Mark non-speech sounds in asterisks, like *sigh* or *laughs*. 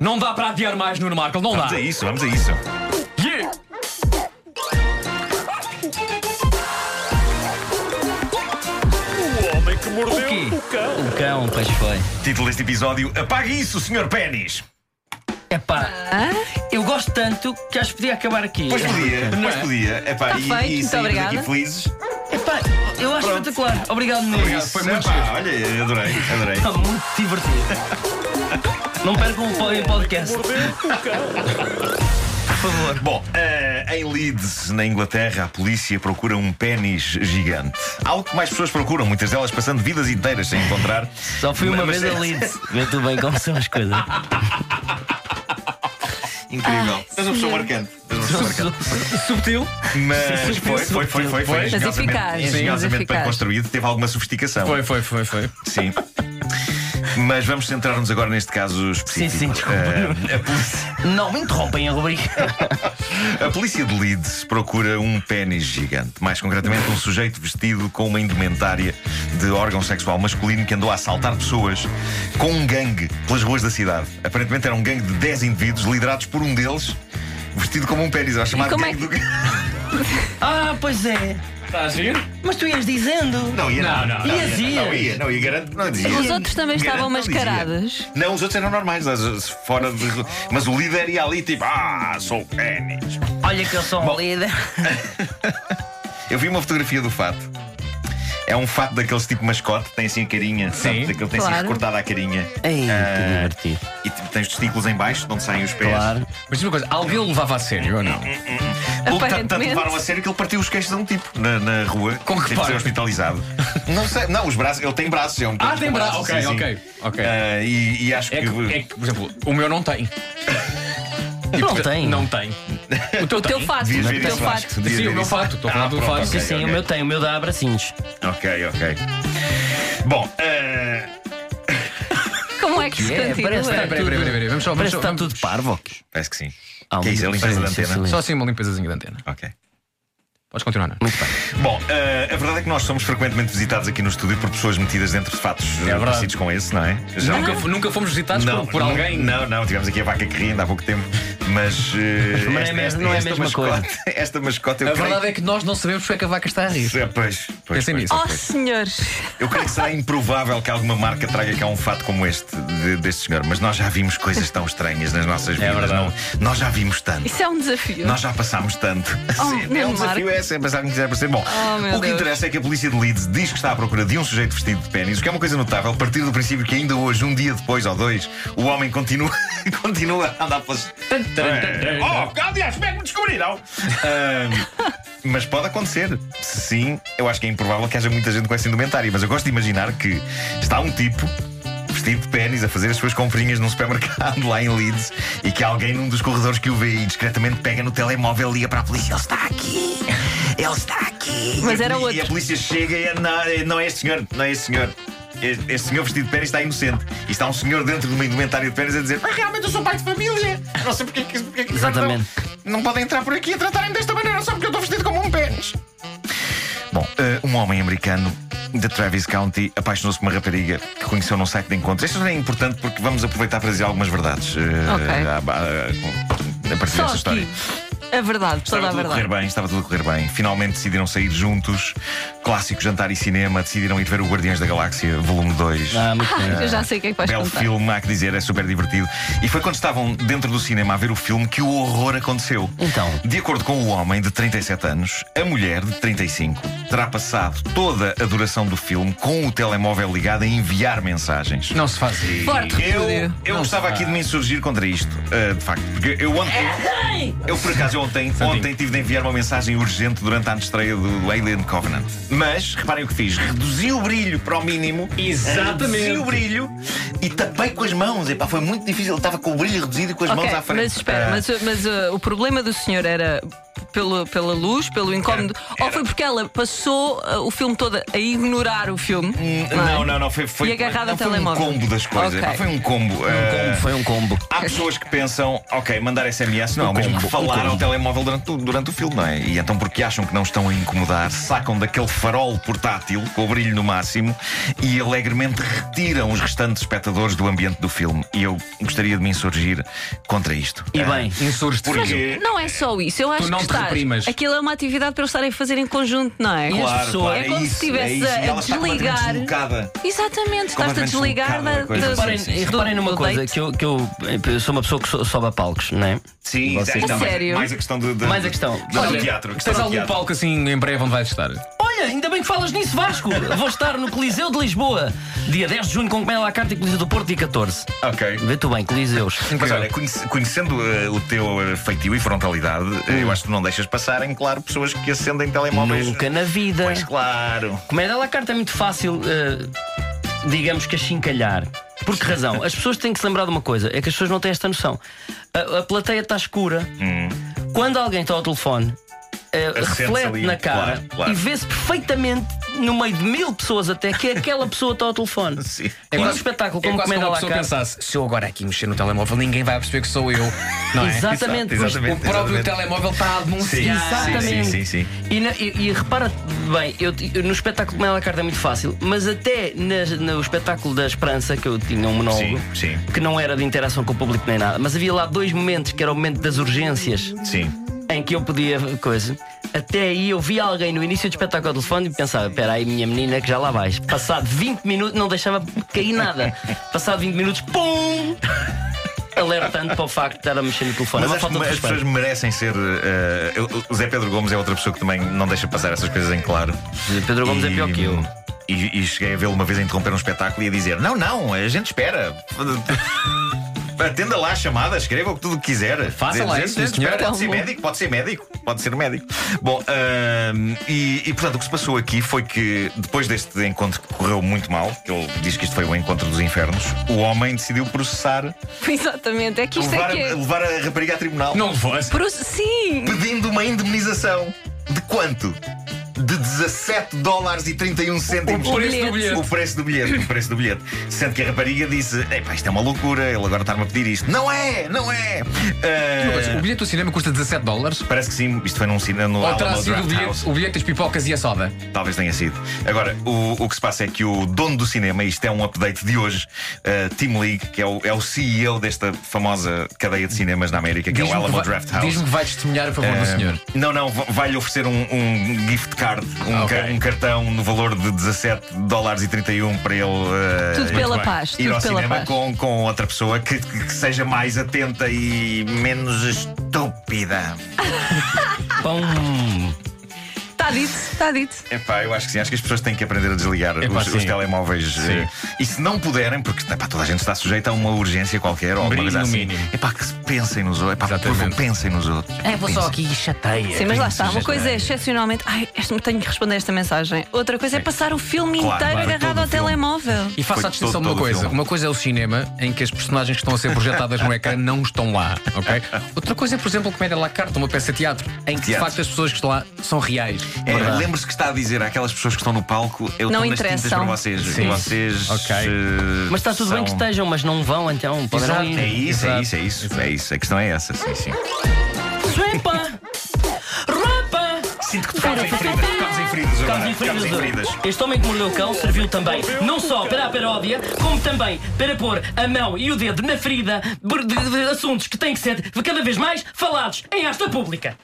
Não dá para adiar mais, Nuno Marco, não dá. Vamos a isso, vamos a isso. Yeah! O homem que mordeu O quê? o cão. O cão, pois foi. Título deste episódio: Apague isso, Sr. Pênis. Epá, eu gosto tanto que acho que podia acabar aqui. Pois podia, Não pois é? podia. Epá, Tá e, feito, e muito saímos obrigada. aqui felizes. Epá, eu acho Pronto. espetacular. Obrigado, Nuno. Isso, foi muito epá, Olha, adorei, adorei. Está muito divertido. Não percam o po- o podcast, por Mordeu o cão. favor. Bom, eh, em Leeds, na Inglaterra, a polícia procura um pênis gigante. Algo que mais pessoas procuram, muitas delas passando vidas inteiras sem encontrar. Só fui uma Mas- vez a Leeds. *laughs* Ah, Vê tu bem como são as coisas. Incrível. Ai, Tens uma pessoa senhor. marcante. Tens uma pessoa marcante. Subtil. Mas foi, foi, foi, foi, foi. Mas eficaz, mas Engenhosamente bem eficaz. construído, teve alguma sofisticação. Foi, foi, foi, foi. Sim. Mas vamos centrar-nos agora neste caso específico. Sim, É, sim, desculpa. Eh, a, polícia, Não me interrompem a rubrica. a polícia de Leeds procura um pênis gigante. Mais concretamente, um sujeito vestido com uma indumentária de órgão sexual masculino que andou a assaltar pessoas com um gangue pelas ruas da cidade. Aparentemente era um gangue de 10 indivíduos liderados por um deles. Vestido como um pênis, era chamado como é gangue que- do gangue. Ah, pois é. Está a giro? Mas tu ias dizendo. Não, ia Não, não, não, Ias, Não ias. ia, não ia, garanto, não dizia. Os outros também estavam Garanto, não mascarados. dizia. Não, os outros eram normais, as- as- fora de. Mas o líder ia ali tipo, ah, sou o pênis. Olha que eu sou um líder. Eu vi uma fotografia do fato. É um fato daqueles tipo mascote, tem assim a carinha, sabes? Aquele tem assim Claro. recortada a carinha. Ei, Ah, que divertido. E t- tem os testículos em baixo, de onde saem os pés. Claro. Mas diz uma coisa, alguém o levava a sério ou não? Ele ta- tanto Aparentemente. levaram a sério que ele partiu os queixos de um tipo na, na rua. Com que Teve de ser parte? hospitalizado. não sei, não, os braços, ele tem braços, é um Ah, pouco tem com braço. Ok, sim, sim. ok, ok. Ah, e, e acho É que, é que, por exemplo, o meu não tem. E, Não portanto, tem. Não tem. O teu O teu tem? fato, Devias o ver teu isso, Vasco. fato. Devias Sim, ver o meu isso. fato. Estou a falar Ah, do pronto, fato. ok, Sim, sim, ok. o meu tem, o meu dá abracinhos. Ok, ok. Bom, eh, Como é que isso É, continua? parece que está Peraí, peraí, tudo- peraí, peraí, vamos só- Parece que está vamos só- tudo parvo. parece que sim. Há que é um isso? É a limpeza da silêncio, antena? Só assim uma limpezazinha da antena. Ok. Podes continuar, não? é? Muito bem. Bom, eh, a verdade é que nós somos frequentemente visitados aqui no estúdio por pessoas metidas dentro de fatos eh, verdade. parecidos com esse, não é? Já- Nunca, nunca fomos visitados por, por não, alguém. Não, não, tivemos aqui a vaca que ri ainda há pouco tempo, mas. eh, Mas não é mesmo- não é a mesma mascote, *laughs* Esta mascote eu A creio verdade é que nós não sabemos porque é que a vaca está a rir. É, pois, pois, Pensem pois. nisso. Oh, senhores! Eu creio que será improvável que alguma marca traga cá um fato como este de- deste senhor, mas nós já vimos coisas tão estranhas nas nossas vidas. verdade. não- nós já vimos tanto. Isso é um desafio. Nós já passámos tanto. Oh, *laughs* Sim, é um Nuno desafio Marco. esse, é pensar que quiser parecer. Bom, Oh, meu o que Deus. interessa é que a polícia de Leeds diz que está à procura de um sujeito vestido de pênis, o que é uma coisa notável, a partir do princípio que ainda hoje, um dia depois ou dois, o homem continua, *laughs* continua a andar pelas. oh, aliás, como é que me descobriram? Ahm, mas pode acontecer. Se sim, eu acho que é improvável que haja muita gente com essa indumentária, mas eu gosto de imaginar que está um tipo. Vestido de pênis a fazer as suas comprinhas num supermercado lá em Leeds e que alguém num dos corredores que o vê e discretamente pega no telemóvel liga para a polícia: Ele está aqui! Ele está aqui! Mas E a era polícia- E a outro. polícia chega e é, não, é- não é este senhor, não é este senhor. Este, este senhor vestido de pênis está inocente. E está um senhor dentro de uma indumentária de pênis a dizer: Mas realmente eu sou pai de família! Não sei porque, é que- porque é que me Exatamente. tratam- Não podem entrar por aqui e tratarem-me desta maneira só porque eu estou vestido como um pênis. Bom, eh, um homem americano de Travis County apaixonou-se por uma rapariga que conheceu num site de encontros. Isto não é importante porque vamos aproveitar para dizer algumas verdades. eh, Ok. a- a- a- a partir Só desta aqui. história. A verdade, toda Estava a tudo a verdade. correr bem, estava tudo a correr bem. Finalmente decidiram sair juntos. Clássico jantar e cinema, decidiram ir ver o Guardiões da Galáxia, volume 2. Ah, muito bem. Ah, eu já sei o que é que vais Belo contar. filme, há que dizer, é super divertido. E foi quando estavam dentro do cinema a ver o filme que o horror aconteceu. Então. De acordo com o homem de 37 anos, a mulher de 35 terá passado toda a duração do filme com o telemóvel ligado a enviar mensagens. Não se faz isso. Forte Eu, repúdio. eu gostava aqui de me insurgir contra isto, ah, de facto. Porque eu ontem. É, Eu, por acaso, ontem, ontem tive de enviar uma mensagem urgente durante a antestreia do Alien Covenant. Mas, reparem o que fiz: reduzi o brilho para o mínimo. Exatamente. Reduzi o brilho e tapei com as mãos. Epá, foi muito difícil. Eu estava com o brilho reduzido e com as Ok, mãos à frente. mas espera, Ah, mas, mas, uh, o problema do senhor era p- pelo, pela luz, pelo incómodo, ou foi porque ela passou uh, o filme todo a ignorar o filme? é? Hum, Não, não, não. Foi, foi, E agarrado não, ao foi um telemóvel. combo das coisas. Ok. Epá, foi um combo. ah, Combo, Foi um combo. um Há pessoas que pensam, ok, mandar SMS não é o mesmo que falar ao telemóvel durante, o- durante o filme, não é? E então, porque acham que não estão a incomodar, sacam daquele farol portátil, com o brilho no máximo, e alegremente retiram os restantes espectadores do ambiente do filme. E eu gostaria de me insurgir contra isto. Eh, E bem, Insurge-te. Porque- filho. Mas não é só isso, eu acho não que te estás. reprimas. Aquilo é uma atividade para eles estarem a fazer em conjunto, não é? Claro. pessoas- é como se estivesse isso. E a ela está completamente desligar. deslocada. Exatamente, estás-te a Completamente desligar deslocada da da, um coisa. assim. Reparem- da- do- E reparem numa do coisa, date. *laughs* que eu, que eu, eu sou uma pessoa que so- sobe a palcos, não é? Sim, E isso aí vocês está também. mais- Sério? Mais a questão de, de- Mais a questão. de- do Olha, teatro. a questão Tens do algum teatro. palco assim em breve onde vais estar? Olha, ainda bem que falas nisso, Vasco! Vou estar no Coliseu de Lisboa, dia 10 de junho, com Comela à Carta e Coliseu do Porto, dia 14. Ok. Vê tu bem, Coliseus. Mas é olha, conhece- conhecendo eh, o teu eh, feitio e frontalidade, eh, eu acho que tu não deixas passarem, claro, pessoas que acendem telemóveis. Nunca na vida. Pois claro. *laughs* Comédia à la carta é muito fácil, eh, digamos que achincalhar. Por que razão? As pessoas têm que se lembrar de uma coisa: é que as pessoas não têm esta noção. A, a plateia está escura. Quando alguém está ao telefone, eh, Hum. Assente-se reflete ali, na cara claro, claro. e vê-se perfeitamente, no meio de mil pessoas até, que aquela pessoa está ao *laughs* telefone. Sim. E um espetáculo é como Comédia à la pessoa carta. pensasse, se eu agora aqui mexer no telemóvel, ninguém vai perceber que sou eu. Não é? Exatamente, Exato, pois exatamente. O próprio telemóvel está a denunciar. Sim, sim, Exatamente. sim, sim. E, na- e- e repara bem, eu, eu- no espetáculo de Mela Carta é muito fácil, mas até nas- no espetáculo da Esperança, que eu tinha um monólogo, Sim, sim. que não era de interação com o público nem nada, mas havia lá dois momentos, que era o momento das urgências, Sim. em que eu podia coisa. Até aí eu vi alguém no início do espetáculo ao telefone e pensava: espera aí, minha menina, que já lá vais. Passado 20 minutos, não deixava cair nada. Passado 20 minutos, pum! Alertando para o facto de estar a mexer no telefone. Mas é uma acho falta que de as respeito. pessoas merecem ser. eh, eu- o Zé Pedro Gomes é outra pessoa que também não deixa passar essas coisas em claro. Pedro Gomes é E- pior que eu. E, e cheguei a vê-lo uma vez a interromper um espetáculo e a dizer: Não, não, a gente *laughs* espera. Atenda lá a chamada, escreva o que tudo quiser. Faça lá Dizer, isso, "Gente, sim, senhor." espera, Pode ser Então, médico, pode ser médico, pode ser médico. Bom, ahm, e, e, portanto o que se passou aqui foi que depois deste encontro que correu muito mal, que ele diz que isto foi o encontro dos infernos, o homem decidiu processar, Exatamente, é que isto levar, um- é que a, é. levar a rapariga a tribunal Não fosse. Pro- Sim! pedindo uma indemnização de quanto? De 17 dólares e 31 cêntimos. O preço do bilhete. bilhete. O preço do bilhete, o preço do bilhete. Sendo que a rapariga disse: Epá, isto é uma loucura, ele agora está-me a pedir isto. Não é, não é. Ah, O bilhete do cinema custa 17 dólares. parece que sim, isto foi num cinema no Ou Alamo terá sido o Draft bilhete, House. o bilhete das pipocas e a soda? Talvez tenha sido. Agora, o, o que se passa é que o dono do cinema, isto é um update de hoje, ah, Tim League, que é o, é o CEO desta famosa cadeia de cinemas na América, que é o Diz-me que Alamo vai- Draft House. É, Diz-me que vai testemunhar a favor do senhor. Ehm, Não, não, va- vai-lhe oferecer um, um gift card, um, Ah, ok. ca- um cartão no valor de 17 dólares e 31 para ele eh, Tudo muito pela bem, paz, ir tudo ao pela cinema paz. Com, com outra pessoa que, que- que seja mais atenta e menos estúpida. Pum! Está dito, está dito. Epá, eu acho que sim, acho que as pessoas têm que aprender a desligar Epá, os, sim. os telemóveis. eh, E se não puderem, porque epá, toda a gente está sujeita a uma urgência qualquer ou Um alguma Brilho coisa no assim. mínimo. Epá, que se pensem nos outros. Epá, por Exatamente. favor, pensem nos outros. É, vou só aqui e chateia. Sim, mas lá Tem está. Uma sugestões. coisa é excepcionalmente. Ai, esta- tenho que responder esta mensagem. Outra coisa é passar o filme Claro, inteiro claro, todo agarrado o ao filme. telemóvel. E faço Foi a todo- distinção de uma todo o coisa. filme. Uma coisa é o cinema, em que as personagens que estão a ser projetadas *laughs* no ecrã não estão lá, ok? Outra coisa é, por exemplo, a comédia la carta, uma peça de teatro, em que de Teatro. facto as pessoas que estão lá são reais. É, Lembre-se que está a dizer àquelas pessoas que estão no palco, eu Não estou nas tintas interessam. para vocês. Sim. Vocês. Ok. eh, Mas está tudo bem que são- estejam, mas não vão então. Poderão Exato. É ir. isso, Exato. é isso, é isso, é isso. A questão é essa, sim, sim. Repa! Repa! Sinto que ficamos em feridas. Ficamos em feridas Ficamos agora. em Ficamos feridas em hoje. feridas. Este homem que mordeu o cão serviu também, não só para a paródia, como também para pôr a mão e o dedo na ferida por- de- de assuntos que têm que ser cada vez mais falados em asta pública.